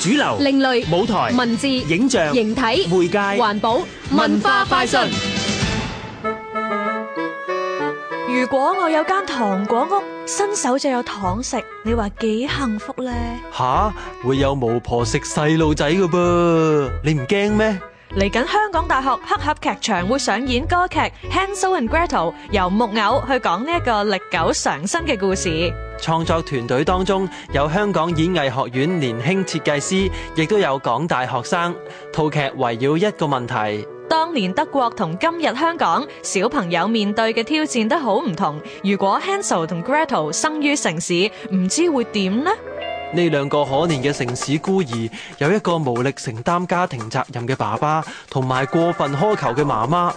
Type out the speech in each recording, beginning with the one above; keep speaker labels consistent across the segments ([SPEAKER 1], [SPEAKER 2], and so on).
[SPEAKER 1] 主流、
[SPEAKER 2] 另類
[SPEAKER 1] 舞台、
[SPEAKER 2] 文字、
[SPEAKER 1] 影像、
[SPEAKER 2] 形體、
[SPEAKER 1] 媒介、
[SPEAKER 2] 環保、文化快訊。
[SPEAKER 3] 如果我有間糖果屋，伸手就有糖食，你話幾幸福呢？
[SPEAKER 4] 吓，會有巫婆食細路仔噶噃，你唔驚咩？
[SPEAKER 3] 嚟緊香港大學黑盒劇場會上演歌劇《Hansel and Gretel》，由木偶去講呢一個歷久常新嘅故事。
[SPEAKER 4] 創作團隊當中有香港演藝學院年輕設計師，亦都有港大學生。套劇圍繞一個問題。
[SPEAKER 3] 當年德國同今日香港小朋友面對嘅挑戰都好唔同。如果 Hansel 同 Gretel 生於城市，唔知會點呢？
[SPEAKER 4] 呢兩個可憐嘅城市孤兒，有一個無力承擔家庭責任嘅爸爸，同埋過分苛求嘅媽媽。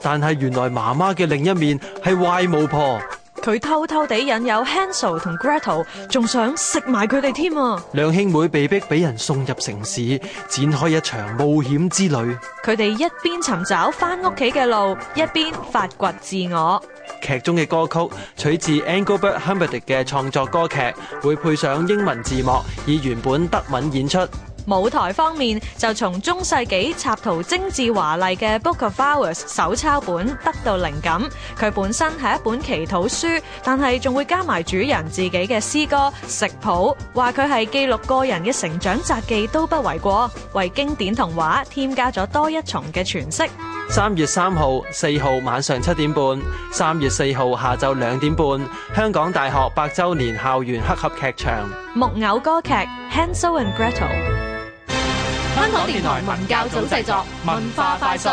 [SPEAKER 4] 但係原來媽媽嘅另一面係壞巫婆。
[SPEAKER 3] 佢偷偷地引誘 Hansel 同 Gretel，仲想食埋佢哋添啊！
[SPEAKER 4] 兩兄妹被逼俾人送入城市，展開一場冒險之旅。
[SPEAKER 3] 佢哋一邊尋找翻屋企嘅路，一邊發掘自我。
[SPEAKER 4] 劇中嘅歌曲取自 Engelbert Humperdinck 嘅創作歌劇，會配上英文字幕，以原本德文演出。
[SPEAKER 3] 舞台方面就從中世紀插圖精緻華麗嘅《Book of Hours》手抄本得到靈感。佢本身係一本祈禱書，但係仲會加埋主人自己嘅詩歌、食譜，話佢係記錄個人嘅成長札記都不為過，為經典童話添加咗多一重嘅詮釋。
[SPEAKER 4] 三月三號、四號晚上七點半，三月四號下晝兩點半，香港大學百周年校園黑盒劇場。
[SPEAKER 3] 木偶歌劇《Hansel and Gretel》。
[SPEAKER 2] 香港電台文教組製作，文化快訊。